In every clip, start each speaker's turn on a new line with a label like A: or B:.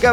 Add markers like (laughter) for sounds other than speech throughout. A: 各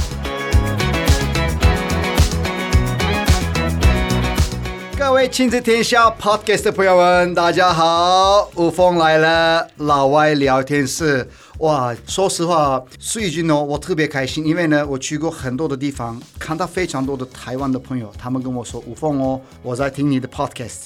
A: 各位亲子天下 Podcast 的朋友们，大家好，吴峰来了，老外聊天室。哇，说实话，最近呢，哦我特别开心，因为呢，我去过很多的地方，看到非常多的台湾的朋友，他们跟我说，吴峰哦，我在听你的 Podcast。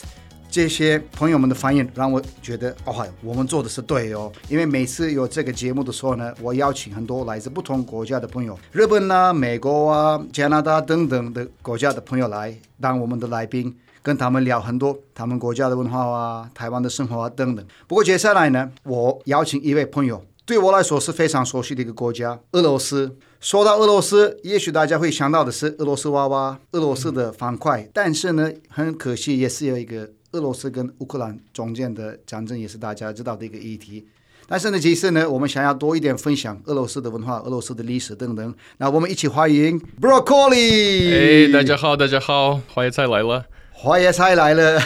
A: 这些朋友们的反应让我觉得，哦，我们做的是对哦。因为每次有这个节目的时候呢，我邀请很多来自不同国家的朋友，日本啊、美国啊、加拿大等等的国家的朋友来当我们的来宾，跟他们聊很多他们国家的文化啊、台湾的生活啊等等。不过接下来呢，我邀请一位朋友，对我来说是非常熟悉的一个国家——俄罗斯。说到俄罗斯，也许大家会想到的是俄罗斯娃娃、俄罗斯的方块，但是呢，很可惜，也是有一个俄罗斯跟乌克兰中间的战争，也是大家知道的一个议题。但是呢，其实呢，我们想要多一点分享俄罗斯的文化、俄罗斯的历史等等。那我们一起欢迎 Broccoli。
B: 哎，大家好，大家好，花椰菜来了。
A: 花椰菜来
B: (laughs)
A: 了，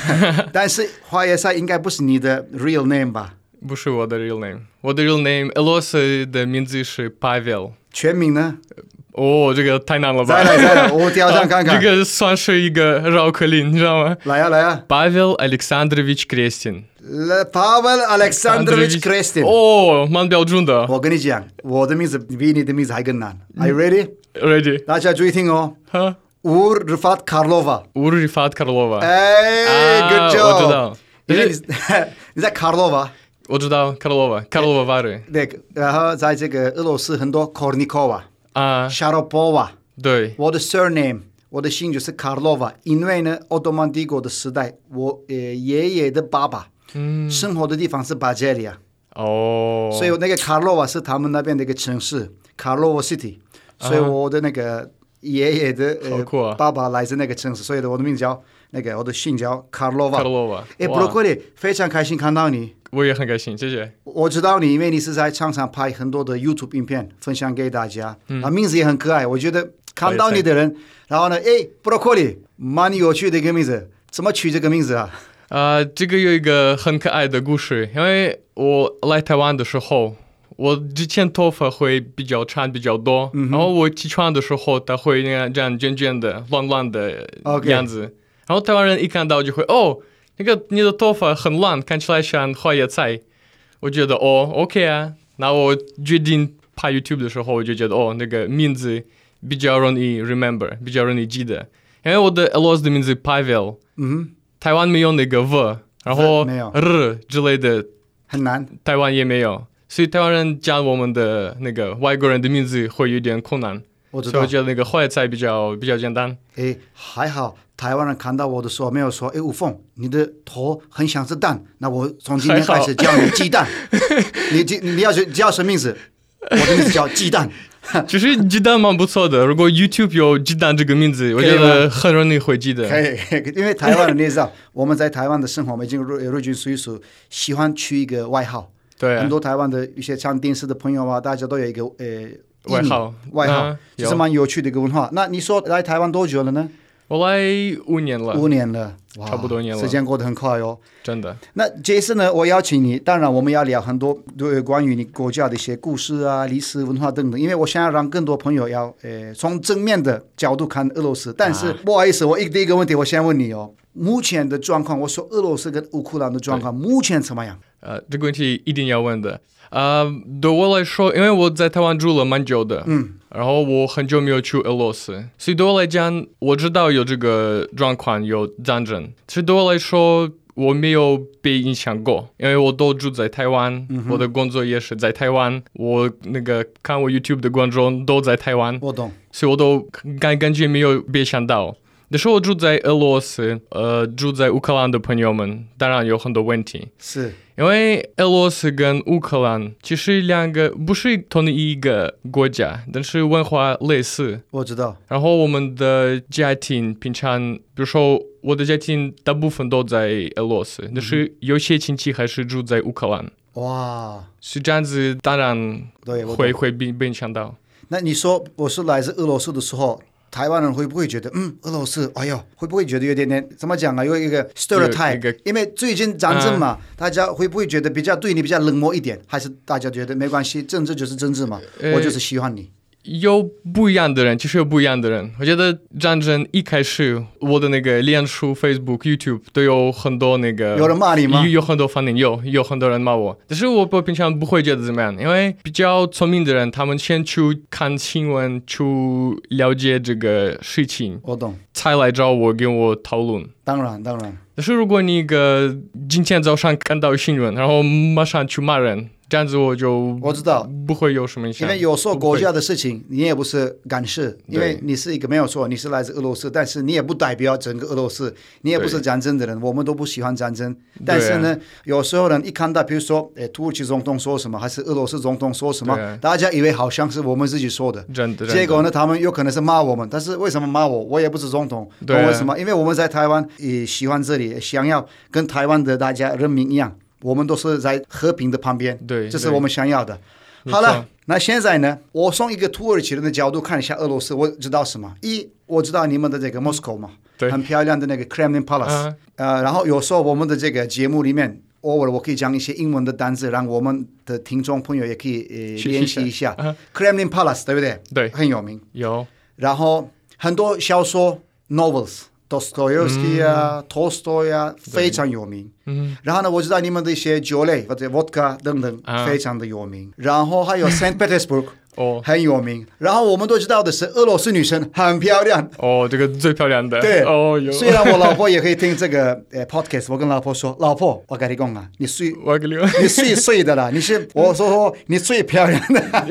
A: 但是花椰菜应该不是你的 real name 吧？
B: 不是我的 real name，我的 real name 俄罗斯的名字是 Pavel。
A: 全名呢？
B: 哦，这个太难了吧
A: 再？来再来，我挑战看看。
B: (laughs) 这个算是一个绕口令，你知道吗
A: 来啊来啊
B: ？Pavel Alexandrovich Krestin。
A: ，Le Pavel Alexandrovich Kristin。
B: 哦，蛮标准的。
A: 我跟你讲，我的名字比你的名字还更难。Are you ready？
B: Ready？
A: 大家注意听哦。
B: 哈
A: u r f a t oh, Karlova。
B: 乌日法卡洛娃。
A: 哎
B: 啊
A: ，Good job！
B: 我知道
A: 因为 (laughs) 你你在 Karlova，
B: 我知道卡洛娃，卡洛娃瓦瑞。
A: 那个，然后在这个俄罗斯很多 eh, Kornikova、
B: 啊，
A: Sharapova。
B: 对，
A: 我的 surname，我的姓就是 Karlova，因为呢，奥斯曼帝国的时代，我呃爷爷的爸爸，
B: Hmm.
A: 嗯，生活的地方是巴杰利亚，
B: 哦，
A: 所以那个 Karlova 是他们那边的一个城市，Karlova City，所以我的那个爷爷的、呃
B: 好酷啊
A: 爸爸来自那个城市，所以我的名字叫那个我的姓叫 Karlova。
B: 卡洛娃。
A: 哎
B: 哇
A: ，Broccoli，非常开心看到你。
B: 我也很开心，谢谢。
A: 我知道你，因为你是在常常拍很多的 YouTube 影片分享给大家，嗯、啊，名字也很可爱。我觉得看到你的人，然后呢，哎，Broccoli，蛮有趣的一个名字，怎么取这个名字啊？
B: 啊、这个有一个很可爱的故事，因为我来台湾的时候，我之前头发会比较长比较多，然后我起床的时候，它会那样这样卷卷的、乱乱的
A: OK
B: 样子然后台湾人一看到就会哦，那个你的头发很乱，看起来像花椰菜，我觉得哦，OK 啊，那我决定拍 YouTube 的时候，我就觉得哦，那个名字比较容易 remember，比较容易记得，因为我的 l o s 的名字 Pavel。
A: 嗯，
B: 台湾没有那个 v，然后
A: V 没有
B: r 之类的，
A: 很难。
B: 台湾也没有，所以台湾人讲我们的那个外国人的名字会有点困难，
A: 我知
B: 所
A: 道
B: 以我，觉得那个坏菜比较比较
A: (laughs)
B: 简单。
A: 哎，还好台湾人看到我的时候没有说，哎，吴凤，你的头很像是蛋，那我从今天开始叫你鸡
B: (laughs)
A: 蛋，你鸡你要是叫什么名字？我的名字叫鸡蛋。
B: 其实鸡蛋蛮不错的，如果 YouTube 有鸡蛋这个名字，我觉
A: 可以
B: 得很容易会记
A: 可
B: 得。
A: 以，可以因为台湾人你也知道，我们在台湾的生活，我们已经入入境叔叔喜欢取一个外号。
B: 对啊
A: 很多台湾的一些像电视的朋友啊，大家都有一个呃
B: 外号
A: 艺名外号
B: 嗯，
A: 这是
B: 有
A: 蛮有趣的一个文化。那你说来台湾多久了呢？
B: 我来五年了，
A: 五年了，哇
B: 差不多年了
A: 时间过得很快哦。
B: 真的。
A: 那这次呢，我邀请你，当然我们要聊很多对关于你国家的一些故事啊、历史文化等等，因为我想要让更多朋友要呃从正面的角度看俄罗斯。但是、不好意思，我一第一个问题我先问你哦，目前的状况，我说俄罗斯跟乌克兰的状况目前怎么样？
B: 呃，这个问题一定要问的。啊、对我来说，因为我在台湾住了蛮久的，嗯，然后我很久没有去俄罗斯，所以对我来讲，我知道有这个状况，有战争。其实对我来说，我没有被影响过，因为我都住在台湾，我的工作也是在台湾，我那个看我 YouTube 的观众都在台湾，
A: 我懂，
B: 所以我都感感觉没有被想到。那时候我住在俄罗斯，呃，住在乌克兰的朋友们，当然有很多问题，
A: 是
B: 因为俄罗斯跟乌克兰其实两个不是同一个国家，但是文化类似。
A: 我知道，
B: 然后我们的家庭平常，比如说我的家庭大部分都在俄罗斯，但是有些亲戚还是住在乌克兰，
A: 哇，
B: 是这样子，当然
A: 对，我
B: 会
A: 懂。
B: 会被被影响到。
A: 那你说我是来自俄罗斯的时候。台湾人会不会觉得，嗯，俄罗斯，哎呦，会不会觉得有点点怎么讲啊？有一个嗯 stereotype，因为最近战争嘛，大家会不会觉得比较对你比较冷漠一点？还是大家觉得没关系，政治就是政治嘛，我就是喜欢你。
B: 有不一样的人，其实有不一样的人。我觉得战争一开始，我的那个脸书、Facebook、YouTube 都有很多那个
A: 有人骂你吗
B: 有？有很多反应，有有很多人骂我，但是我我平常不会觉得怎么样，因为比较聪明的人，他们先去看新闻，去了解这个事情，
A: 我懂，
B: 才来找我跟我讨论。
A: 当然当然，
B: 但是如果你一个今天早上看到新闻，然后马上去骂人，这样子我就
A: 我知道。
B: 不会有什么影响
A: 因。为有时候
B: 不
A: 国
B: 会
A: 家的事情，你也不是干事，因为
B: 对
A: 你是一个没有错，你是来自俄罗斯，但是你也不代表整个俄罗斯，你也不是战争的人，我们都不喜欢战争。但是呢，有时候呢，一看到比如说，诶，土耳其总统说什么，还是俄罗斯总统说什么
B: 对啊，
A: 大家以为好像是我们自己说的，
B: 真的，真的
A: 结果呢，他们有可能是骂我们，但是为什么骂我？我也不是总统，
B: 对啊
A: 懂为什么？因为我们在台湾也喜欢这里，想要跟台湾的大家人民一样，我们都是在和平的旁边，
B: 对
A: 这是
B: 对
A: 我们想要的。
B: 没
A: 好了
B: 错，
A: 那现在呢，我从一个土耳其人的角度看一下俄罗斯，我知道什么？一，我知道你们的这个 Moscow 嘛，
B: 对
A: 很漂亮的那个 Kremlin Palace，、
B: 啊
A: 呃，然后有时候我们的这个节目里面。偶尔我可以讲一些英文的单词，让我们的听众朋友也可以呃
B: 学习
A: 练习一
B: 一
A: 下
B: 啊。
A: Kremlin Palace 对不对？
B: 对
A: 很有名。
B: 有
A: 然后很多小说 novels。Dostoevsky
B: 嗯
A: 啊、t o l s t o y 啊，非常有名。嗯，然后呢，我知道你们的一些酒类或者 vodka 等等，
B: 啊
A: 非常的有名。然后还有
B: (laughs)
A: Saint Petersburg
B: 哦
A: 很有名。然后我们都知道的是，俄罗斯女生很漂
B: (laughs)
A: 亮。
B: 哦，这个最漂亮的
A: 对，
B: 哦有，
A: 虽然我老
B: (laughs)
A: 婆也可以听这个呃 podcast，我跟老婆说，老婆，我跟你讲啊，你睡
B: 我给你。 (laughs)
A: 你最碎的啦，你是我说说你最漂亮
B: (laughs)
A: 的，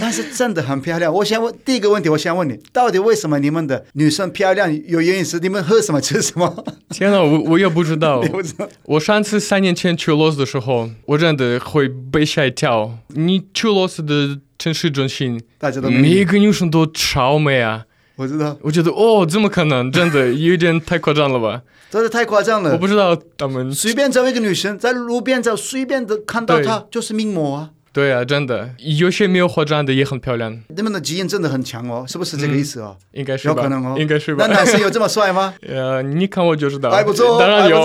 A: 但是真的很漂亮。我想问第一个问题，我想问你，到底为什么你们的女生漂亮有原因是你们喝什么吃什么？ (laughs)
B: 天呐，我我也不知道
A: 你。不知道
B: 我上次三年前去俄罗斯的时候，我真的会被吓一跳。你去俄罗斯的城市中心，
A: 大家都
B: 每一
A: 没，
B: 个女生都超美啊！
A: 我知道，
B: 我觉得哦，怎么可能？真的 (laughs) 有点太夸张了吧？
A: 真是太夸张
B: 我
A: 了
B: 不。知道他们。
A: 随便找一个女生，在路边找，随便的看到
B: 对
A: 她就是名模啊。
B: 对啊，真的，有些没有化妆的也很漂亮，
A: 你们的基因真的很强哦，是不是这个意思哦？
B: 应嗯该是
A: 有
B: 吧？
A: 可能哦，
B: 应该是吧
A: 那？男生有这么帅吗？
B: (laughs) 呃，你看我就知道，
A: 还不错哦，
B: 当然有，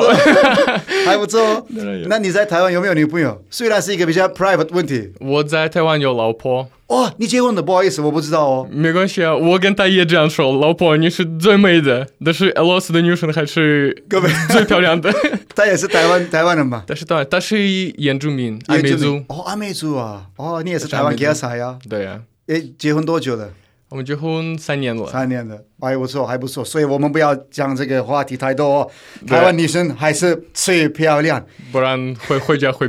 A: 还不错哦，还不
B: 当
A: 错
B: 然
A: 哦
B: 有。
A: 那你在台湾有没有女朋友？虽然是一个比较 private 问题，
B: (laughs) 我在台湾有老婆，
A: 哦，你结婚了，不好意思，我不知道哦。
B: 没关系啊，我跟他也这样说，老婆你是最美的，但是俄罗斯的女生还是
A: 各位，
B: 最漂亮的。 (laughs)
A: 他也是台湾台 (laughs) 湾人嘛，
B: 但是当然，他是原住民，阿美
A: 原住
B: 族
A: 民。哦，阿美族啊，哦，你也是
B: 是
A: 台湾
B: 阿美族啊
A: 吉尔萨呀？
B: 对呀、
A: 诶，结婚多久了？
B: 我们结婚三年了。
A: 三年了，还不错，还不错。所以我们不要讲这个话题太多哦。
B: 对
A: 台湾女生还是最漂亮。
B: 不然会回家会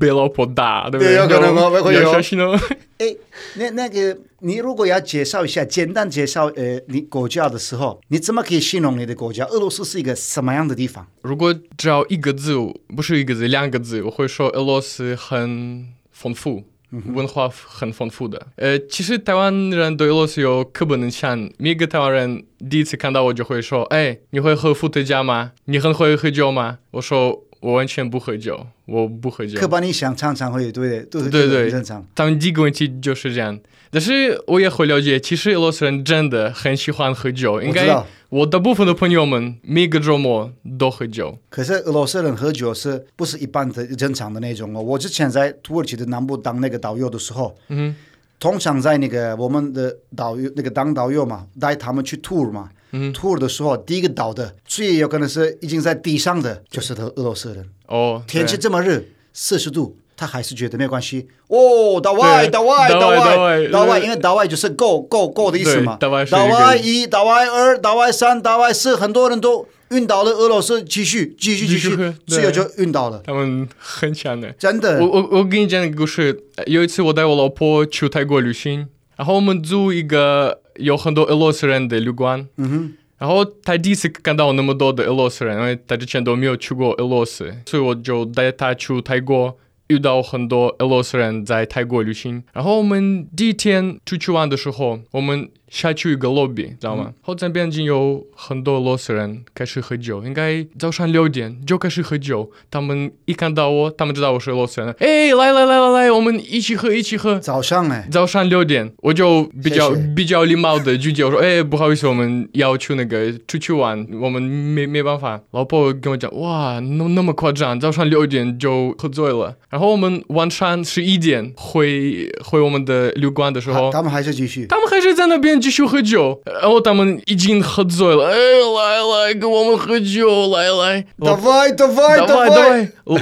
B: 被老婆打，对不
A: 对
B: 对？
A: 有可能哦会会有
B: 要小心哦。
A: 诶，那那个，你如果要介绍一下，简单介绍呃你国家的时候，你怎么可以形容你的国家？俄罗斯是一个什么样的地方？
B: 如果只要一个字，不是一个字，两个字，我会说俄罗斯很丰富。
A: 嗯
B: 文化很丰富的，呃，其实台湾人对俄罗斯有刻板印象。每个台湾人第一次看到我就会说：“哎，你会喝伏特加吗？你很会喝酒吗？”我说：“我完全不喝酒，我不喝酒。”
A: 刻板印象常常会对不对？都
B: 对
A: 都
B: 对
A: 很正常。
B: 他们第一个问题就是这样。但是我也会了解，其实俄罗斯人真的很喜欢喝酒。应
A: 我知
B: 该
A: 道
B: 我大部分的朋友们每个周末都喝酒。
A: 可是俄罗斯人喝酒是不是一般的正常的那种哦？我之前在土耳其的南部当那个导游的时候，
B: 嗯，
A: 通常在那个我们的导游那个当导游嘛，带他们去 tour 嘛、
B: 嗯
A: t o u r 的时候，第一个倒的最有可能是已经在地上的就是俄俄罗斯人。
B: 哦，
A: 天气
B: 对
A: 这么热，四十度，他还是觉得没有关系。哦，到外，
B: 对
A: 到外，到
B: давай，
A: 外，
B: давай，
A: 到外，
B: 对
A: 因为到外就是 go go go 的意思嘛。
B: 对，давай 是
A: 到
B: 一个
A: 外一，到外二，到外三，到外四，很多人都晕倒了。俄罗斯继续，继续，
B: 继
A: 继
B: 续
A: 续，
B: 对
A: 最后就晕倒了。
B: 他们很强的。
A: 真
B: 我
A: 的，
B: 我我跟你讲一个故事，有一次我带我老婆去泰国旅行，然后我们住一个有很多俄罗斯人的旅馆，
A: 嗯哼，
B: 然后他第一次看到那么多的俄罗斯人，因为他之前都没有去过俄罗斯，所以我就带他去泰国，遇到很多俄罗斯人在泰国旅行。然后我们第一天出去玩的时候，我们下去一个 lobby，知道吗？后站边境有很多俄罗斯人开始喝酒，应该早上六点就开始喝酒。他们一看到我，他们知道我是俄罗斯人，哎，来来来来来，我们一起喝，一起喝。
A: 早上哎，
B: 早上六点，我就比较
A: 谢谢
B: 比较礼貌的拒绝，我说：“哎，不好意思，我们要去那个出去玩，我们没没办法。”老婆跟我讲：“哇，那那么夸张，早上六点就喝醉了。”然后我们晚上十一点回回我们的旅馆的时候
A: 他，他们还是继续。
B: 他们还是在那边继续喝酒，然后他们已经喝醉了，哎，来来，跟我们喝酒，来来，
A: 到外，到
B: (laughs)
A: 外，到
B: давай
A: 外，
B: давай，老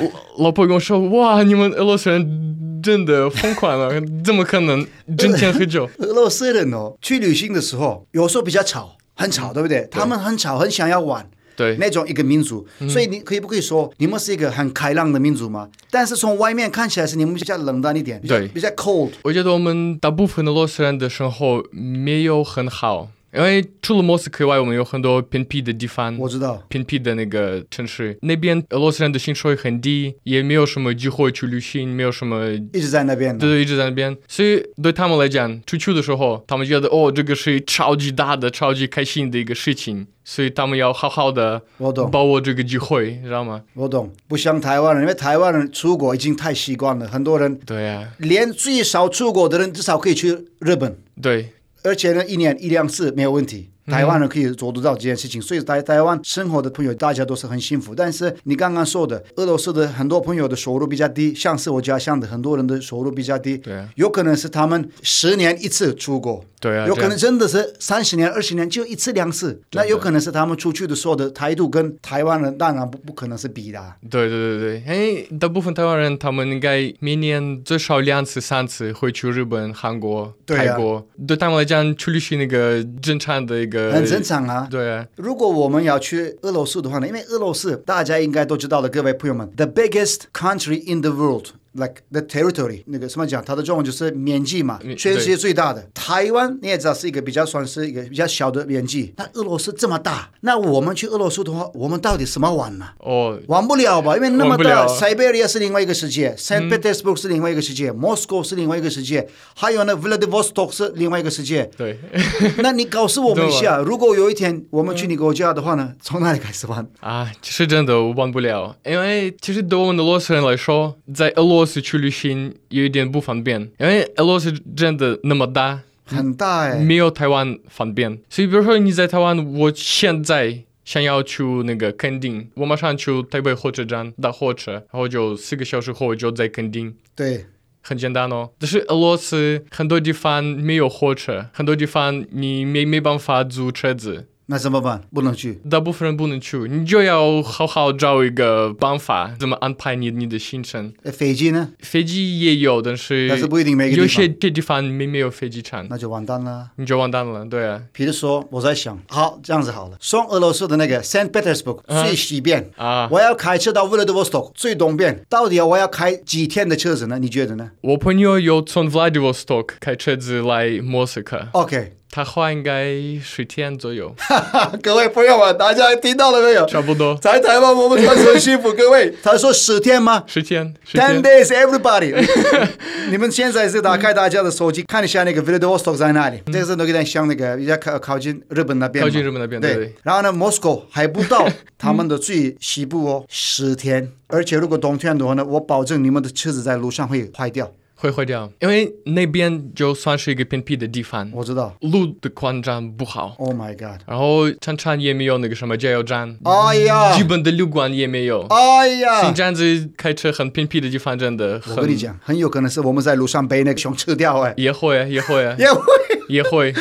B: 老婆跟我说， (laughs) 哇，你们俄罗斯人真的疯狂 (laughs) 了，怎么可能整天喝酒？
A: 俄罗斯人哦，去旅行的时候，有时候比较吵，很
B: 嗯
A: 吵，对不对？他们很吵，很想要玩。
B: 对，嗯
A: 那种一个民族，所以你可以不可以说你们是一个很开朗的民族吗？但是从外面看起来是你们比较冷淡一点，比较
B: 对
A: 比较 cold。
B: 我觉得我们大部分的俄罗斯人的生活没有很好，因为除了莫斯科以外，我们有很多偏僻的地方。
A: 我知道，
B: 偏僻的那个城市，那边俄罗斯人的薪水很低，也没有什么机会去旅行，没有什么 (laughs)
A: 一直在那边
B: 对对，一直在那边。所以对他们来讲，出去的时候，他们觉得哦，这个是超级大的、超级开心的一个事情，所以他们要好好的
A: 我懂，
B: 把握这个机会，你知道吗？
A: 我懂，不像台湾人，因为台湾人出国已经太习惯了，很多人
B: 对呀、
A: 连最少出国的人至少可以去日本，
B: 对，
A: 而且呢一年一两次没有问题。
B: 嗯
A: 台湾人可以做得到这件事情，所以在台湾生活的朋友大家都是很幸福。但是你刚刚说的，俄罗斯的很多朋友的收入比较低，像是我家乡的很多人的收入比较低，
B: 对啊，
A: 有可能是他们十年一次出国，
B: 对啊，
A: 有
B: 这
A: 可
B: 样啊
A: 能真的是三十年、二十年就一次两次，那有可能是他们出去的时候的态度跟台湾人当然不不可能是比的啊、
B: 对对对对，哎，大部分台湾人他们应该每年最少两次、三次会去日本、韩国、
A: 对啊
B: 泰国，对他们来讲，去旅行那个正常的一个，
A: 很正常啊。
B: 对啊，
A: 如果我们要去俄罗斯的话呢，因为俄罗斯大家应该都知道的，各位朋友们，the biggest country in the world。Like the territory，那个什么讲，它的中文就是面积嘛
B: 嗯，
A: 全世界最大的。台湾你也知道是一个比较算是一个比较小的面积，那俄罗斯这么大，那我们去俄罗斯的话，我们到底什么玩呢、
B: 哦，
A: 玩不了吧？啊因为那么
B: 玩不
A: 大
B: 了。
A: ，Siberia 是另外一个世界，Saint Petersburg 是另外一个世界，Moscow 是另外一个世界，还有呢，Vladivostok 是另外一个世界
B: 对 (laughs)
A: (laughs) 那你告诉我们一下，如果有一天我们去你国家的话呢，从哪里开始玩？
B: 啊，其实真的忘不了，因为其实对我们俄罗斯人来说，在俄罗斯去旅行有一点不方便，因为俄罗斯真的那么大，
A: 很大哎，
B: 没有台湾方便。所以比如说你在台湾，我现在想要去那个垦丁，我马上去台北火车站搭火车，然后就四个小时后就在垦丁。
A: 对，
B: 很简单哦，但是俄罗斯很多地方没有火车，很多地方你没没办法租车子，
A: 那怎么办？不能去。
B: 大部分人不能去，你就要好好找一个办法，怎么安排你你的行程。
A: 呃飞机呢？
B: 飞机也有，但是
A: 但是不一定每个
B: 有
A: 地
B: 些
A: 方，
B: 地地方没没有飞机场，
A: 那就完蛋了。
B: 你就完蛋了。对啊，
A: 比如说，我在想，好，这样子好了，从俄罗斯的那个 Saint Petersburg 最西边，
B: 啊，
A: 我要开车到 Vladivostok 最东边，到底我要开几天的车子呢？你觉得呢
B: 我朋友有从 Vladivostok 开车子来莫斯科，
A: ？OK，
B: 他花应该十天左右，
A: 啊各位朋友们，大家听到了没有？
B: 差不多
A: 在台湾我们穿很幸福，各位。 (laughs) 他说十天吗
B: 十天，十
A: ？Ten
B: 天。
A: days, everybody 。 (laughs) 你们现在是打开大家的手机，看一下那个 Vladivostok 在哪里？这个是有点像那个比较靠靠近日本那边嘛，
B: 嗯靠近日本那边对
A: 对
B: 对。
A: 然后呢，Moscow 还不
B: (laughs)
A: 到他们的最西部哦，十天。而且如果冬天的话呢，我保证你们的车子在路上会坏掉。
B: 会坏掉，因为那边就算是一个偏僻的地方，
A: 我知道。
B: 路的宽张不好，
A: Oh my god！
B: 然后常常也没有那个什么加油站，
A: 哎
B: 基
A: 呀，
B: 本的旅馆也没有。
A: 哎呀
B: 新！这样子开车很偏僻的地方，真的
A: 我跟你
B: 很
A: 讲，很有可能是我们在路上被那个熊吃掉哎、
B: 也会也会
A: 也
B: (laughs)
A: 会
B: 也会，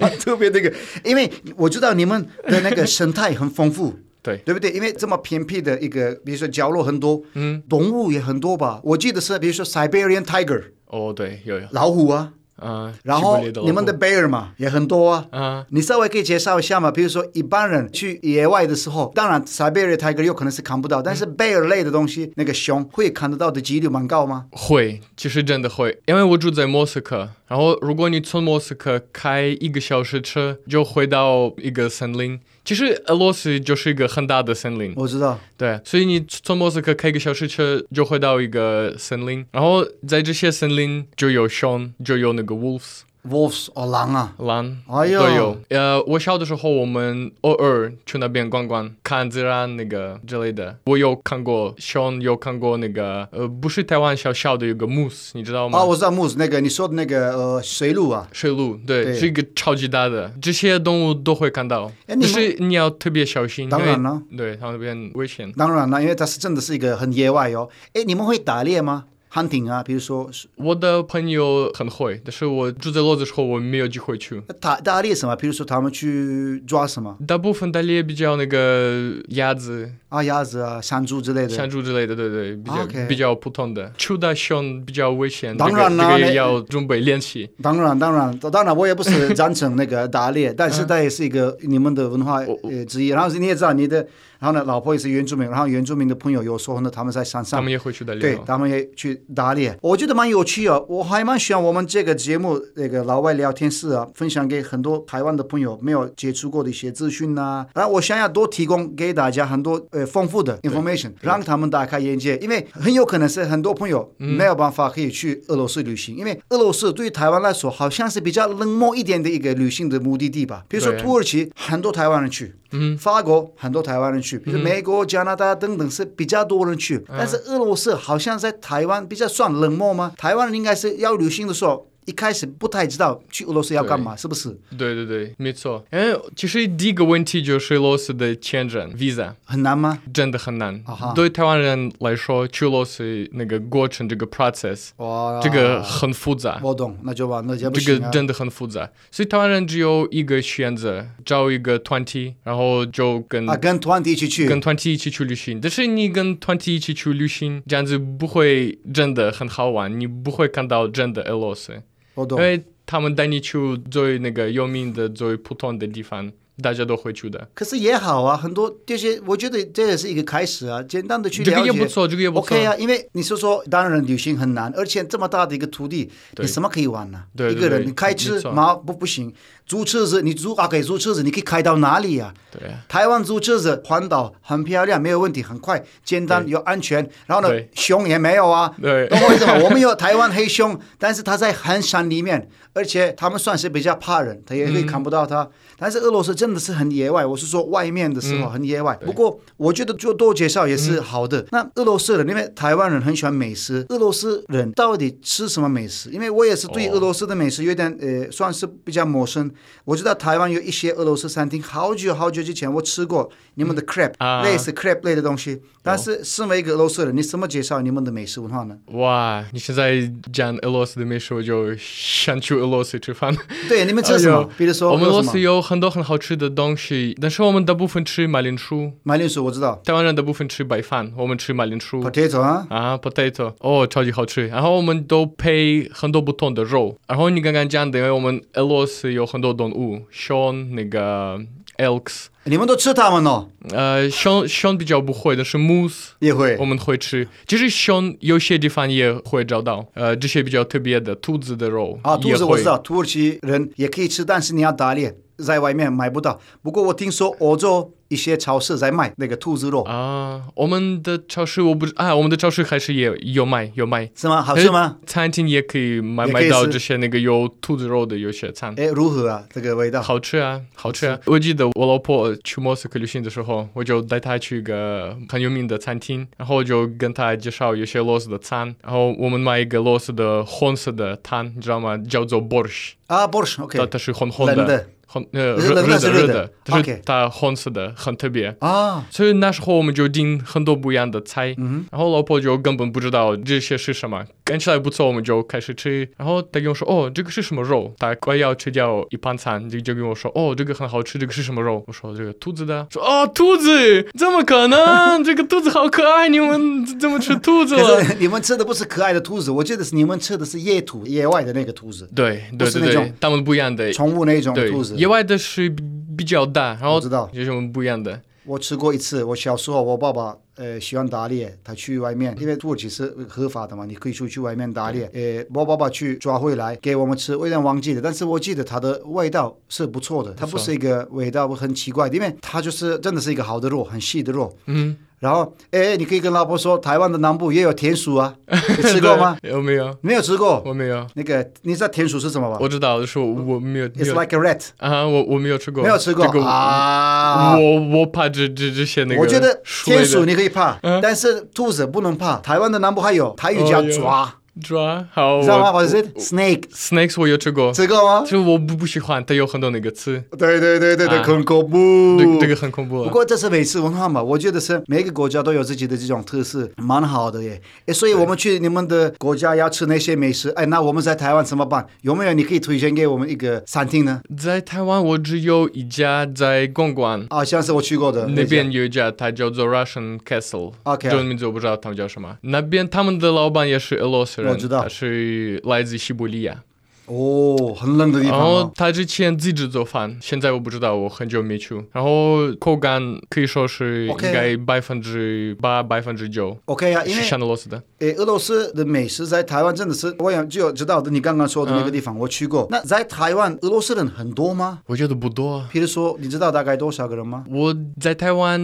A: 蛮特别的一个，因为我知道你们的那个生态很丰富，
B: 对，
A: 对不对？因为这么偏僻的一个，比如说角落很多，
B: 嗯，
A: 动物也很多吧。我记得是，比如说 Siberian Tiger
B: 哦，对，有有，
A: 老虎啊，
B: 嗯，
A: 然
B: 西
A: 后
B: 伯利亚的老
A: 你们的
B: 虎
A: bear 嘛也很多啊。
B: 啊，
A: 你稍微可以介绍一下吗？比如说一般人去野外的时候，当然 Siberian Tiger 有可能是看不到，但是
B: 嗯
A: bear 类的东西，那个熊会看得到的几率蛮高吗？
B: 会，其实真的会，因为我住在莫斯科，然后如果你从莫斯科开一个小时车，就回到一个森林。其实俄罗斯就是一个很大的森林，
A: 我知道，
B: 对，所以你从莫斯科开一个小时车就会到一个森林，然后在这些森林就有熊，就有那个 wolves
A: wolves 哦狼啊，
B: 狼
A: 哎呦
B: 都有。呃，我小的时候我们偶尔去那边逛逛，看自然那个之类的。我有看过熊，有看过那个呃，不是台湾小小的有个 moose，你知道吗？
A: 啊，我知道 moose 那个你说的那个呃水鹿啊，
B: 水鹿，对，
A: 对
B: 是一个超级大的，这些动物都会看到，
A: 哎你
B: 只
A: 们
B: 是你要特别小心，因
A: 当
B: 为
A: 然了，
B: 对它那边危险。
A: 当然了，因为它是真的是一个很野外哦。哎，你们会打猎吗？hunting 啊，比如说是
B: 我的朋友很会，但是我住在洛的时候我没有机会去。
A: 打打猎什么？比如说他们去抓什么
B: 大部分打猎比较那个鸭子、
A: 啊，鸭子啊、山猪之类的。
B: 山猪之类的，对对，比较、
A: 啊 OK
B: 比较普通的。去大熊比较危险，
A: 当然啦
B: 这个这个
A: 那
B: 也要准备练习。
A: 当然，当然，当然，我也不是赞成那个 (laughs) 打
B: 嗯
A: 猎，但是它也是一个你们的文化呃之一。然后你也知道，你的然后呢，老婆也是原住民，然后原住民的朋友有时候呢，他们在山
B: 他
A: 上
B: 们也会去打猎
A: 对
B: 哦。
A: 他们也去打猎，我觉得蛮有趣哦。我还蛮喜欢我们这个节目，那个老外聊天室啊，分享给很多台湾的朋友没有接触过的一些资讯呐、然后我想要多提供给大家很多呃丰富的 information，让他们打开眼界，因为很有可能是很多朋友没有办法可以去俄罗斯旅行，因为俄罗斯对于台湾来说好像是比较冷漠一点的一个旅行的目的地吧。比如说
B: 对嗯
A: 土耳其，很多台湾人去。法国很多台湾人去，比如美国、加拿大等等是比较多人去，
B: 嗯
A: 但是俄罗斯好像在台湾比较算冷漠吗？台湾人应该是要旅行的时候，一开始不太知道去俄罗斯要干嘛，是不是
B: 对对对，没错。因为其实第一个问题就是俄罗斯的签证 （visa）。
A: 很难吗？
B: 真的很难
A: 啊哈。
B: 对台湾人来说，去俄罗斯那个过程这个
A: 啊
B: process，
A: 哇
B: 这个很复杂，
A: 我懂，那就完，那就不
B: 这
A: 行、
B: 个
A: 啊。
B: 真的很复杂。所以台湾人只有一个选择，找一个团体，然后就跟
A: 啊，跟团体一起
B: 跟
A: 去，
B: 团体一起去旅行。但是你跟团体一起去旅行，这样子不会真的很好玩，你不会看到真的俄罗斯，
A: 我懂
B: 因。为他们带你去最那个有名的、最普通的地方，大家都会去的。
A: 可是也好啊，很多这些，我觉得这也是一个开始啊，简单的去
B: 这
A: 了
B: 个也
A: 解。
B: 不错，这个也不错。
A: OK 啊，因为你是说，当然旅行很难，而且这么大的一个土地，
B: 对
A: 你什么可以玩呢、
B: 对对
A: 一个
B: 对
A: 人你开
B: 没
A: 车
B: 错
A: 马不不行，租车子你租啊，给租车子，你可以开到哪里呀、
B: 对啊。
A: 台湾租车子环岛很漂亮，没有问题，很快、简单又安全。然后呢
B: 对，
A: 熊也没有啊，
B: 对
A: 懂我意思吗？我们有台湾黑熊，但是它在很山里面，而且他们算是比较怕人，他也会看不到它。但是俄罗斯真的是很野外，我是说外面的时候很野外。不过我觉得就多介绍也是好的。那俄罗斯人，因为台湾人很喜欢美食，俄罗斯人到底吃什么美食？因为我也是对
B: 哦
A: 俄罗斯的美食有点呃，算是比较陌生。我知道台湾有一些俄罗斯餐厅，好久好久之前我吃过你们的 crepe，、
B: 啊
A: 类似 crepe 类的东西。但是身为一个俄罗斯人，你怎么介绍你们的美食文化呢？
B: 哇，你现在讲俄罗斯的美食，我就想去俄罗斯吃饭。
A: 对，你们吃什
B: 哎
A: 么
B: 呦？
A: 比如说
B: (laughs) 我们俄罗
A: 有什
B: 斯
A: 么
B: 有很多很好吃的东西，但是我们大部分吃马铃薯，
A: 马铃薯，我知道
B: 台湾人大部分吃白饭，我们吃马铃薯。
A: ，potato 啊，
B: 啊，potato，哦，超级好吃。然后我们都配很多不同的肉。然后你刚刚讲的，因为我们俄罗斯有很多动物，熊那个 elks，
A: 你们都吃它们哦，
B: 呃，熊熊比较不会，但是 moose
A: 也会
B: 我们会吃。其实熊有些地方也会找到，呃，这些比较特别的兔子的肉
A: 啊，兔
B: 也
A: 子
B: 会
A: 我知道，土耳其人也可以吃，但是你要打猎，在外面买不到。不过我听说欧洲一些超市在卖那个兔子肉，
B: 啊。我们的超市我不知啊，我们的超市还是也有卖有卖，
A: 是吗？好吃吗？
B: 餐厅也可以买
A: 也可以
B: 买到
A: 吃
B: 这些那个有兔子肉的有些餐。
A: 哎，如何啊？这个味道？
B: 好吃啊，好吃啊！我记得我老婆去莫斯科旅行的时候，我就带她去一个很有名的餐厅，然后就跟她介绍有些俄罗斯的餐，然后我们买一个俄罗斯的红色的汤，你知道吗？叫做 borsch，
A: 啊，borsch，OK，、
B: 它它是红红
A: 冷
B: 的
A: 的，
B: 红呃
A: 是
B: 热
A: 冷的
B: 热
A: 是
B: 的
A: 热
B: 热
A: 的
B: 的，但是
A: OK
B: 它红色的很特别。
A: 啊，
B: 所
A: 嗯
B: 以那时候我们就订很多不一样的菜，然后老婆就根本不知道这些是什么，看起来不错，我们就开始吃。然后他跟我说：“哦，这个是什么肉？”他快要吃掉一盘餐，就就跟我说：“哦，这个很好吃，这个是什么肉？”我说：“这个兔子的。”说：“哦，兔子，怎么可
A: (laughs)
B: 能？这个兔子好可爱，你们怎么吃兔子啊
A: 可 (laughs)
B: 了
A: 是你们吃的不是可爱的兔子，我记得是你们吃的是野兔，野外的那个兔子？”，
B: 对
A: 不
B: 对
A: 是
B: 对
A: 那
B: 对
A: 种，
B: 他们不一样的，
A: 宠物那种
B: 对
A: 兔子。
B: 野外的是比比较大，然后
A: 我知道
B: 就是我们不一样的。
A: 我吃过一次，我小时候我爸爸呃喜欢打猎，他去外面，因为土耳其是合法的嘛，你可以出去外面打猎。呃，我爸爸去抓回来给我们吃，我有点忘记了，但是我记得它的味道是不错的，它不是一个味道很奇怪的，因为它就是真的是一个好的肉，很细的肉。
B: 嗯，
A: 然后，哎，你可以跟老婆说，台湾的南部也有田鼠
B: (laughs)
A: 啊，你吃过吗？
B: 对？有没有？
A: 没有吃过。
B: 我没有，
A: 那个，你知道田鼠是什么吧
B: 我知道，就是我没有没
A: ？It's
B: 有
A: like a rat，
B: 啊，我我没有吃过，
A: 没有吃过
B: 这个我
A: 啊。
B: 我我怕这这这些那个，
A: 我觉得天鼠
B: 鼠类
A: 你可以怕，
B: 嗯
A: 但是兔子不能怕。台湾的南部还有台语叫
B: 哦有
A: 抓，
B: 的抓好，
A: 你知道吗？
B: 我
A: 我是 snake，
B: snakes 我有吃过，
A: 吃过吗？
B: 就我不不喜欢，它有很多那个刺，
A: 对对对对对，
B: 啊
A: 很恐怖。
B: 这个这个很恐怖
A: 哦不
B: 啊了。
A: 过这是美食文化嘛，我觉得是每个国家都有自己的这种特色，蛮好的耶。哎，所以我们去你们的国家要吃那些美食，哎，那我们在台湾怎么办？有没有你可以推荐给我们一个餐厅呢？
B: 在台湾，我只有一家在公馆
A: 啊，像是我去过的
B: 那
A: 家
B: 边有一家，它叫做 Russian Castle，
A: OK
B: 中文名字我不知道他们叫什么。那边他们的老板也是俄罗斯人，
A: 我知道
B: 他是来自西伯利亚，
A: 哦，很冷的地
B: 然
A: 方
B: 后
A: 哦。
B: 他之前自己做饭，现在我不知道，我很久没去。然后口感可以说是应
A: OK
B: 该百分之八、百分之九
A: OK 啊，因
B: 是
A: 为
B: 像俄罗斯的。
A: 诶，俄罗斯的美食在台湾真的是，我想就知道的。你刚刚说的那个地方，我去
B: 嗯
A: 过。那在台湾，俄罗斯人很多吗？
B: 我觉得不多。
A: 譬如说，你知道大概多少个人吗？，
B: 我在台湾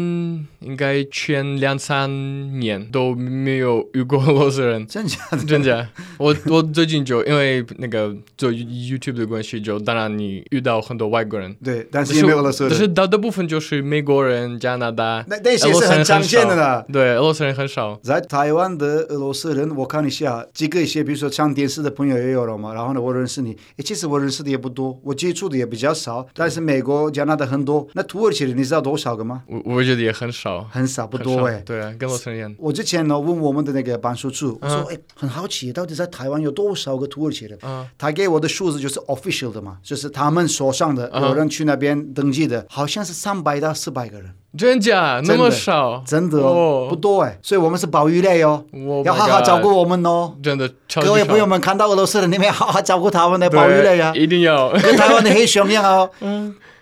B: 应该前两三年都没有遇过俄罗斯人 (laughs)
A: 真假的？ (laughs)
B: 真的。我我最近就因为那个做 YouTube 的关系，就当然你遇到很多外国人，
A: 对，但
B: 但
A: 是也没有俄罗斯
B: 但是
A: 人。
B: 大大部分就是美国人、加拿大，
A: 那那
B: 俄
A: 些
B: 罗
A: 是
B: 斯人
A: 很常见的
B: 少
A: 啦。
B: 对，俄罗斯人很少。
A: 在台湾的俄罗斯人，我看一下，几个一些，比如说上电视的朋友也有了嘛。然后呢，我认识你，诶，其实我认识的也不多，我接触的也比较少。但是美国、加拿大很多，那土耳其人你知道多少个吗？
B: 我我觉得也很少。
A: 很少，不
B: 很
A: 多
B: 少
A: 诶。
B: 对啊，跟罗森一样。
A: 我之前呢问我们的那个办事处，我说
B: 嗯：“
A: 哎、很好奇，到底在台湾有多少个土耳其人？”
B: 嗯
A: 他给我的数字就是 official 的嘛，就是他们手上的，
B: 嗯
A: 有人去那边登记的，好像是三百到四百个人，
B: 真假
A: 真的
B: 那么少？
A: 真的哦，不多哎，所以我们是保育类哦
B: Oh my，
A: 要好好
B: God
A: 照顾我们哦。
B: 真的超级
A: 各位
B: 少
A: 朋友们，看到俄罗斯人，你们要好好照顾他们的
B: 对嗯
A: 保育类
B: (laughs)
A: 呀、
B: 一定要，
A: (laughs) 跟台湾的黑熊一样哦，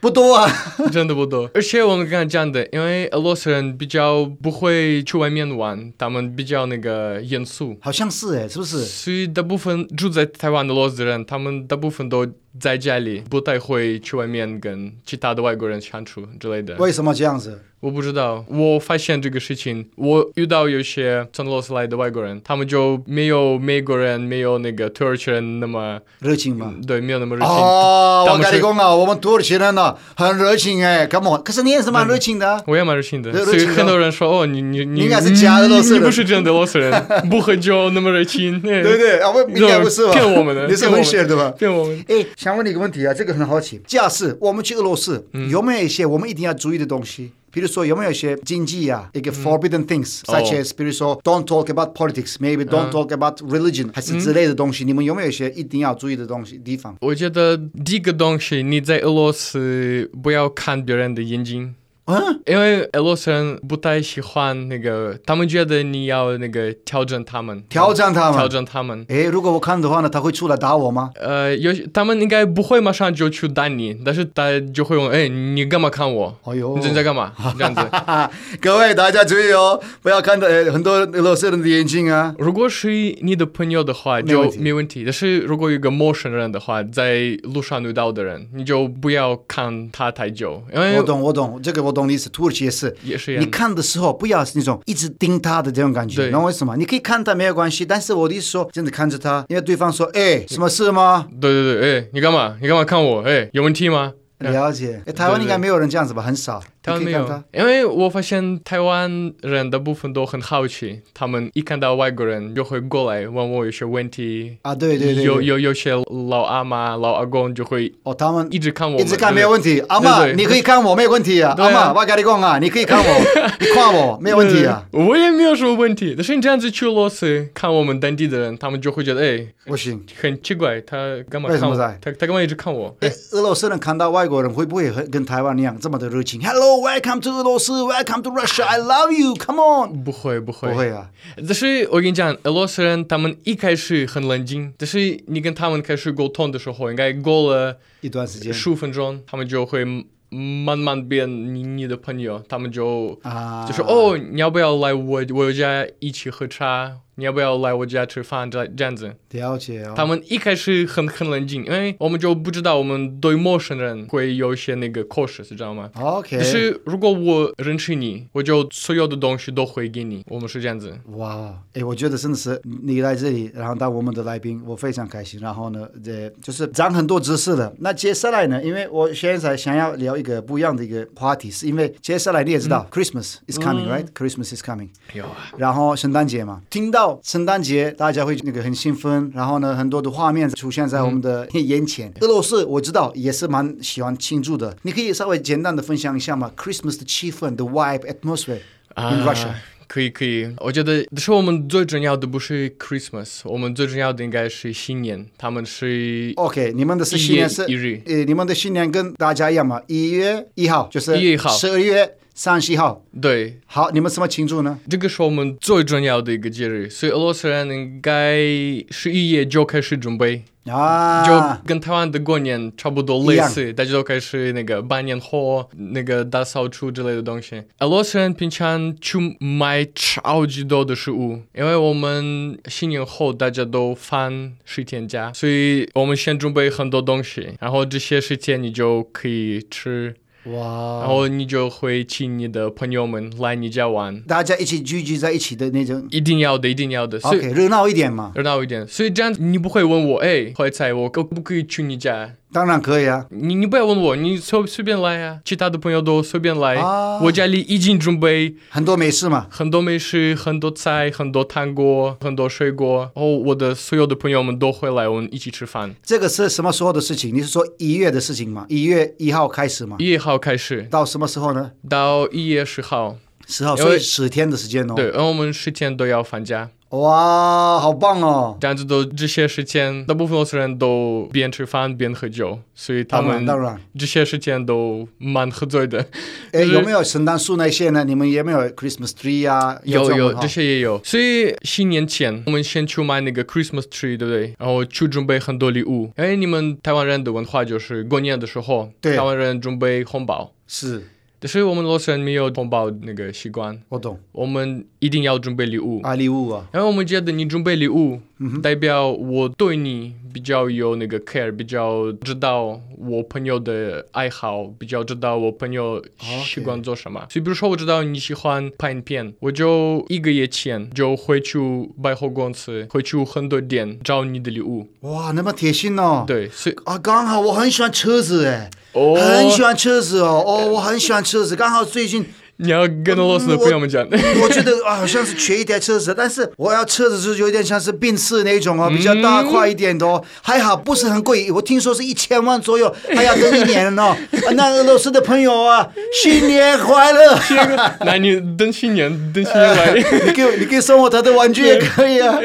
A: 不多啊。
B: 真的不多。而且我们刚才讲的，因为俄罗斯人比较不会去外面玩，他们比较那个严肃，
A: 好像是哎，是不是？
B: 所以大部分住在台湾的俄罗斯人，他们大部分都在家里，不太会去外面跟其他的外国人相处之类的。
A: 为什么这样子？
B: 我不知道，我发现这个事情，我遇到有些从俄罗斯来的外国人，他们就没有美国人，没有那个土耳其人那么，
A: 热情吗？
B: 对，没有那么热情。
A: 哦，
B: 他
A: 我
B: 们
A: 跟
B: 是
A: 你讲啊，我们土耳其人呢、很热情哎，come on，可是你也是蛮热情的、啊。
B: 我也蛮热情的，
A: 热
B: 所以
A: 热情的
B: 很多人说哦，你你
A: 你
B: 你
A: 应该是假的俄罗斯人
B: 你你不是真的俄罗斯
A: (laughs)
B: 人，不喝酒那么热情，对
A: 对不对？啊，不，应该不是吧？
B: 骗我们的
A: 你是
B: 骗我
A: 混
B: 们
A: 血的吧？
B: 骗我们。
A: 哎，想问你一个问题啊，这个很好奇。假设我们去俄罗斯，
B: 嗯
A: 有没有一些我们一定要注意的东西？比如说有没有一些禁忌啊，一个 forbidden things，such、
B: 嗯哦嗯
A: as 比如说 don't talk about politics，maybe don't talk about religion，、还是之类的东西？你们有没有一些一定要注意的东西地方？
B: 我觉得第一个东西，你在俄罗斯不要看别人的眼睛。
A: 嗯，
B: 因为俄罗斯人不太喜欢那个，他们觉得你要那个挑战他们，
A: 挑战他
B: 挑
A: 们。
B: 战他们。
A: 哎，如果我看的话呢，他会出来打我吗？
B: 呃，有些他们应该不会马上就去打你，但是他就会问，哎，你干嘛看我？
A: 哎呦，
B: 你在干嘛？
A: (laughs)
B: 这样子。
A: 各位大家注意哦，不要看到、呃、很多俄罗斯人的眼睛啊。
B: 如果是你的朋友的话，
A: 没问
B: 就
A: 题
B: 没问题。但是如果有一个陌生人的话，在路上遇到的人，你就不要看他太久，因为
A: 我懂，我懂，这个我懂的意思。土耳其也是，
B: 也嗯是一
A: 你
B: 样的。
A: 看的时候不要是那种一直盯他的这种感觉，
B: 对
A: 你懂为什么？你可以看他没有关系，但是我的意思说，真的看着他，因为对方说，哎，什么事吗？
B: 对 (laughs) 对对，哎，你干嘛？你干嘛看我？哎，有问题吗？嗯
A: 了解，哎台湾应该没有人这样子吧？很少，
B: 台湾
A: 你可
B: 没
A: 以看
B: 有
A: 他，
B: 因为我发现台湾人的部分都很好奇，他们一看到外国人就会过来问我一些问题。
A: 啊，对对对，
B: 有
A: 对
B: 有有些老阿妈、老阿公就会
A: 哦，他们
B: 一直看我们，
A: 一直看没有问题，阿妈
B: 对对
A: 你可以看我没有问题啊，
B: 对
A: 阿
B: 啊
A: 妈我跟你讲啊，你可以看我，你夸
B: (laughs)
A: 我没有问题啊，
B: 对。我也没有什么问题，但是你这样子去罗斯看我们当地的人，他们就会觉得哎，
A: 不行。
B: 很奇怪，他干嘛
A: 为什
B: 看
A: 么
B: 我？
A: 在哎
B: 他他干嘛一直看我？
A: 诶俄罗斯人看到外国人会不会很跟台湾一样这么的热情？Hello, welcome to 俄罗斯，Welcome to Russia, I love you, come on。
B: 不会不会
A: 不会啊，
B: 但是我跟你讲，俄罗斯人他们一开始很冷静，但是你跟他们开始沟通的时候，应该过了
A: 一段时间
B: 十五分钟，他们就会慢慢变你你的朋友，他们就
A: 啊，
B: 就是、哦，你要不要来我我家一起喝茶？你要不要来我家吃饭？这这样子，
A: 了解哦。
B: 他们一开始很很冷静，因为我们就不知道我们对陌生人会有一些那个 cautious，知道吗？
A: OK，
B: 但是如果我认识你，我就所有的东西都会给你，我们是这样子。
A: 哇，哎，我觉得真的是你来这里，然后当我们的来宾，我非常开心。然后呢，这就是长很多知识了。那接下来呢，因为我现在想要聊一个不一样的一个话题，是因为接下来你也知道、c
B: 嗯
A: h r i s t m a s is coming, right? Christmas is coming。
B: 有啊，
A: 然后圣诞节嘛，听到圣诞节大家会那个很兴奋，然后呢，很多的画面出现在我们的
B: 嗯
A: 眼前。俄罗斯我知道也是蛮喜欢庆祝的，你可以稍微简单的分享一下吗？Christmas 的气氛，the vibe, atmosphere in Russia、
B: 啊可以可以，我觉得，但是我们最重要的不是 Christmas，我们最重要的应该是新年，他们是
A: OK，你们的是
B: 一
A: 新
B: 月
A: 年是
B: 一日，
A: 呃，你们的新年跟大家一样嘛？一月一号就是
B: 1月1号
A: 十二月三十一号。
B: 对，
A: 好，你们怎么庆祝呢？
B: 这个是我们最重要的一个节日，所以俄罗斯人应该十一月就开始准备，
A: 啊，
B: 就跟台湾的过年差不多
A: 一
B: 类
A: 样
B: 似，大家都开始那个办年货、那个大扫除之类的东西。俄罗斯人平常去买超级多的食物，因为我们新年后大家都放十天假，所以我们先准备很多东西，然后这些十天你就可以吃，然
A: 哇，
B: 后你就会请你的朋友们来你家玩，
A: 大家一起聚集在一起的那种
B: 一定要的，一定要的。所以
A: ，OK，热闹一点嘛，
B: 热闹一点，所以这样你不会问我，哎，怀才，我可不可以去你家？
A: 当然可以啊。
B: 你你不要问我，你随随便来啊，其他的朋友都随便来。
A: 啊
B: 我家里已经准备
A: 很多美式嘛，
B: 很多美食、很多菜、很多糖果、很多水果。然后我的所有的朋友们都会来，我们一起吃饭。
A: 这个是什么时候的事情？你是说一月的事情吗？一月一号开始嘛，
B: 一号开始
A: 到什么时候呢？
B: 到一月十
A: 哦
B: 号，
A: 十号，
B: 因
A: 所
B: 为
A: 以十天的时间哦。
B: 对，然后我们十天都要放假，
A: 哇，好棒哦！
B: 这样子都这些时间，大部分俄罗斯人都边吃饭边喝酒，所以他
A: 当然，
B: 们
A: 当然。
B: 这些时间都蛮喝醉的。
A: 哎，
B: 就是
A: 有没有圣诞树那些呢？你们有没有 Christmas tree 啊？
B: 有
A: 这种
B: 有
A: 哈
B: 这些也有，所以新年前我们先去买那个 Christmas tree，对不对？然后去准备很多礼物。哎，你们台湾人的文化就是过年的时候，
A: 对
B: 台湾人准备红包，
A: 是，
B: 但是我们俄罗斯人没有红包那个习惯，
A: 我懂
B: 我们一定要准备礼物。
A: 啊，礼物啊，
B: 然后我们觉得你准备礼物，代表我对你比较有那个 care，比较知道我朋友的爱好，比较知道我朋友喜欢做什么。所以，比如说我知道你喜欢拍影片，我就一个月前就会去百货公司，会去很多店找你的礼物。
A: 哇，那么贴心哦。
B: 对，所以
A: 啊，刚好我很喜欢车子哎，
B: 哦，
A: 很喜欢车子哦，哦，我很喜欢车子。刚好最近
B: 你要跟俄罗斯的朋友们讲。
A: 我觉得啊，好像是缺一台车子，但是我要车子就是有点像是宾士那种哦，比较大块一点的哦，还好不是很贵，我听说是一千万左右，还要等一年哦。啊那俄罗斯的朋友啊，新年快乐！
B: (laughs) 那你等新年，等新年来。
A: (laughs) 你可以你可以送我他的玩具也可以啊。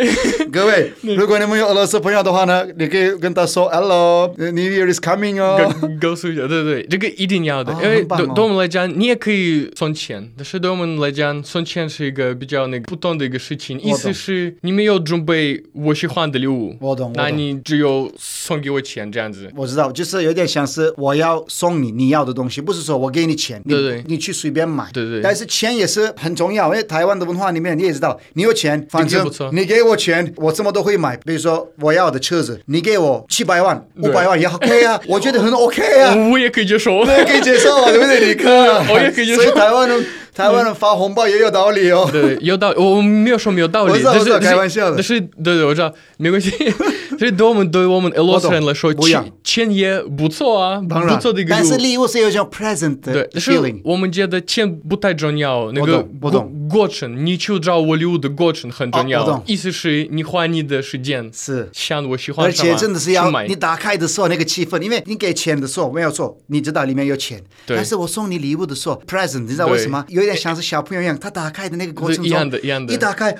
A: 各位，如果你们有俄罗斯朋友的话呢，你可以跟他说 “Hello, New Year is coming 哦
B: 告告诉一下，对对，这个一定要的，
A: 啊
B: 因为
A: 很棒
B: 对
A: 哦
B: 对我们来讲，你也可以送钱，但是对我们来讲，送钱是一个比较那个不同的一个事情，
A: 懂
B: 意思是你没有准备我喜欢的礼物，
A: 我懂我懂
B: 那你只有送给我钱这
A: (laughs)
B: 样子”。。
A: 我知道，就是有点像是我要送你你要的东西，不是说我给你钱，你
B: 对对
A: 你去随便买。
B: 对对
A: 但是钱也是很重要，因为台湾的文化里面你也知道，你有钱，反
B: 这
A: 正
B: 个不错
A: 你给我钱，我什么都会买。比如说我要的车子，你给我七百万、五
B: 对
A: 百万也
B: (laughs)
A: OK 啊，我觉得很 OK 啊。
B: 我也可以接受，
A: (laughs)
B: (laughs)
A: 我也可以接受啊，对不对？你看啊，
B: 我也可以接受嗯
A: 所以台湾人台湾人发红包也有道理哦。
B: 对，有道我我没有说没有道
A: 我
B: 理，
A: 知道
B: 但是
A: 我知道
B: 但
A: 开
B: 是
A: 玩笑的
B: 但是对对，我知道，没
A: (laughs)
B: 关系。但是对我们对我们俄罗斯人来说，
A: 不一样
B: 钱钱也不错啊，
A: 当然
B: 不错的一，个
A: 但
B: 礼
A: 是
B: 物。
A: 礼物是有一种 present 的
B: 对，但是
A: feeling。
B: 我们觉得钱不太重要，那
A: 我
B: 个
A: 懂我懂
B: 过过程，你去找我礼物的过程很重
A: 啊我懂
B: 要。意思是你花你的时间，
A: 是
B: 想我喜欢
A: 而
B: 什么，
A: 且真的是要
B: 去买
A: 你打开的时候那个气氛，因为你给钱的时候没有错，你知道里面有钱。
B: 对
A: 但是我送你礼物的时候，present，你知道为什么？有点像是小朋友一样，他打开的那个过程中，
B: 一样的一样的
A: 打开，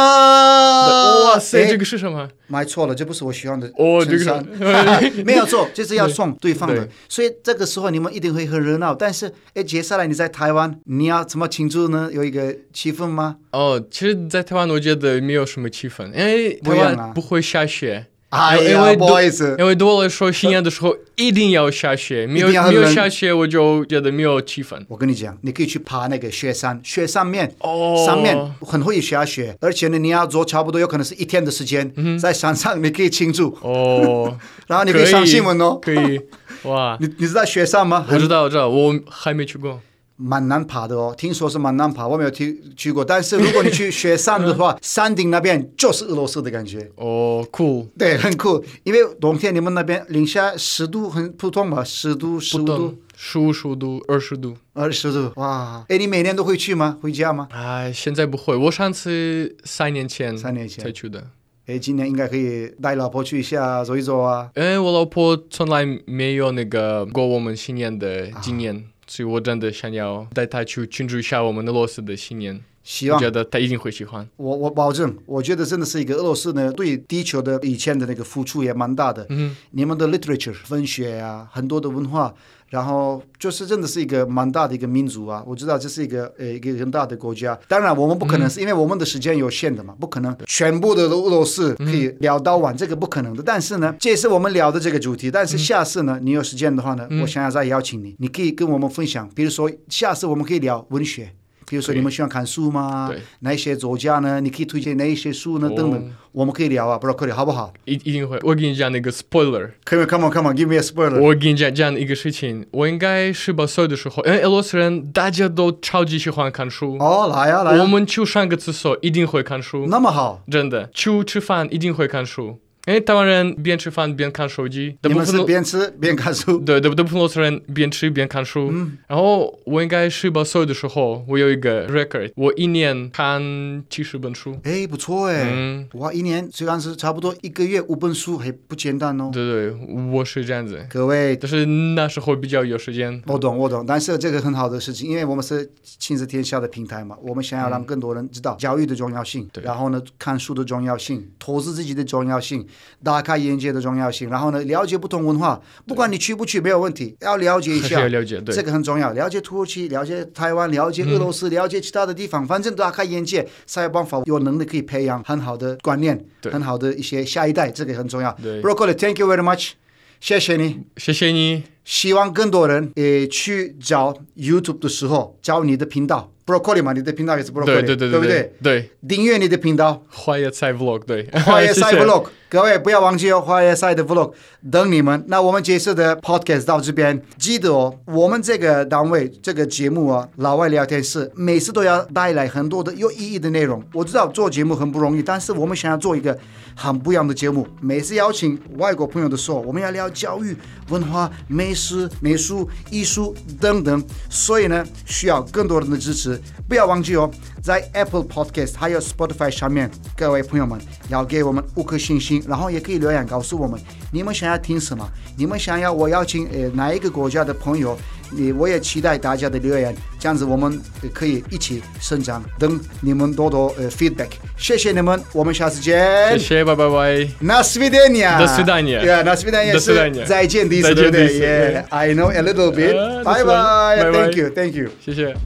A: 哇，
B: 哇塞，
A: 哎
B: 这个是什么？
A: 买错了，这不是我喜欢的
B: 哦
A: 衬衫，
B: 这 (laughs) 个
A: 没有错，就是要送对方的
B: 对，
A: 所以这个时候你们一定会很热闹。但是，哎，接下来你在台湾，你要怎么庆祝呢？有一个气氛吗？
B: 哦，其实，在台湾我觉得没有什么气氛，因为
A: 不
B: 台
A: 一样啊
B: 湾不会下雪。
A: 哎呀
B: 因为
A: 不好意思
B: 因为对我来说，新年的时候一定要下雪，没有
A: 一定要
B: 没有
A: 冷
B: 下雪，我就觉得没有气氛。
A: 我跟你讲，你可以去爬那个雪山，雪上面，
B: 哦
A: 上面很会下雪，而且呢，你要做差不多有可能是一天的时间，
B: 嗯
A: 在山上你可以庆
B: (laughs)
A: 祝，
B: 哦，
A: 然后 (laughs) 你
B: 可
A: 可以上新闻哦。
B: 可以，哇！
A: (laughs) 你你知道雪山
B: (laughs)
A: 吗？
B: 我
A: 很
B: 知道，我知道，我还没去过。
A: 蛮难爬的哦，听说是蛮难爬，我没有去去过。但是如果你去雪山的
B: (laughs)
A: 话，山顶那边就是俄罗斯的感觉，
B: 哦，cool，
A: 对，很酷。因为冬天你们那边零下十度很普通嘛，十度、十五度、
B: 十五十五度、二十度。
A: 二十度，哇！哎，你每年都会去吗？回家吗？
B: 哎，现在不会。我上次三年前，
A: 三年前
B: 才去的。
A: 哎，今年应该可以带老婆去一下走一走啊。
B: 因哎为我老婆从来没有那个过我们新年的经
A: 啊
B: 验，所以我真的想要带她去庆祝一下我们俄罗斯的新年。
A: 希
B: 我
A: 望
B: 觉得她一定会喜欢。
A: 我我保证，我觉得真的是一个俄罗斯呢对地球的以前的那个付出也蛮大的。嗯，你们的 literature 文学啊，很多的文化，然后就是真的是一个蛮大的一个民族啊。我知道这是一个呃一个很大的国家，当然我们不可能是、因为我们的时间有限的嘛，不可能全部的俄罗斯可以聊到晚，这个不可能的。但是呢，这是我们聊的这个主题。但是下次呢，你有时间的话呢，我想要再邀请你，你可以跟我们分享，比如说下次我们可以聊文学。比如说，你们喜欢看书吗
B: 对？
A: 哪一些作家呢？你可以推荐哪一些书呢？
B: 哦
A: 等等，我们可以聊啊，Broccoli，好不好
B: 一一定会，我跟你讲那个 spoiler，
A: ？Come on，come on，come on，give me a spoiler。
B: 我跟你讲这样的一个事情，我应该十八岁的时候，因为俄罗斯人大家都超级喜欢看书，
A: 哦，来呀，来
B: 我
A: 呀，
B: 们去上个厕所一定会看书，
A: 那么好，
B: 真的，去吃饭一定会看书，因为台湾人边吃饭边看手机，大
A: 你
B: 部
A: 们
B: 分
A: 是
B: 都
A: 边吃边看书。
B: 对，大部分俄罗斯人边吃边看书。
A: 嗯
B: 然后我应该十八岁的时候，我有一个 record，我一年看七十本书。
A: 哎，不错哎
B: 嗯，
A: 哇，一年虽然是差不多一个月五本书，还不简单哦。
B: 对对，我是这样子，
A: 各位，
B: 但是那时候比较有时间。
A: 我懂，我懂，但是这个很好的事情，因为我们是亲子天下的平台嘛，我们想要让更多人知道教育的重要性，
B: 嗯对
A: 然后呢，看书的重要性，投资自己的重要性，打开眼界的重要性，然后呢，了解不同文化，不管你去不去没有问题，要了解一
B: 还是
A: 下
B: (laughs) 要，了解，对嗯
A: 这，个很重要，了解土耳其，了解台湾，了解俄罗斯，了解其他的地方，反正打开眼界，才有办法有能力可以培养很好的观念，
B: 对
A: 很好的一些下一代，这个很重要。
B: 对
A: Broccoli，thank you very much，谢谢你。
B: 谢谢你，
A: 希望更多人呃去找 YouTube 的时候找你的频道 Broccoli 嘛，你的频道也是 Broccoli，
B: 对对对
A: 不对
B: 对？对，
A: 订阅你的频道
B: 花椰菜 vlog，对， (laughs)
A: 花椰菜
B: 谢谢
A: Vlog，各位不要忘记哦，花椰菜的 Vlog 等你们。那我们这次的 Podcast 到这边，记得哦，我们这个单位这个节目啊，老外聊天室每次都要带来很多的有意义的内容。我知道做节目很不容易，但是我们想要做一个很不一样的节目。每次邀请外国朋友的时候，我们要聊教育、文化、美食、美术、艺术等等，所以呢，需要更多人的支持。不要忘记哦，在 Apple Podcast 还有 Spotify 上面，各位朋友们要给我们五颗星星，然后也可以留言告诉我们你们想要听什么，你们想要我邀请呃哪一个国家的朋友，你我也期待大家的留言，这样子我们、呃可以一起生长，等你们多多呃 feedback，谢谢你们，我们下次见
B: 谢。谢，拜拜拜。
A: На свидания.
B: До свидания.
A: Yeah, на свидания.
B: До
A: С-
B: свидания.
A: 再见的意思，
B: 再见的
A: 对
B: 意思，
A: 不对？Yeah, I know a little bit.
B: 呃，
A: Bye
B: 到此为止
A: bye. Thank
B: 拜拜
A: you. Thank you.
B: 谢谢。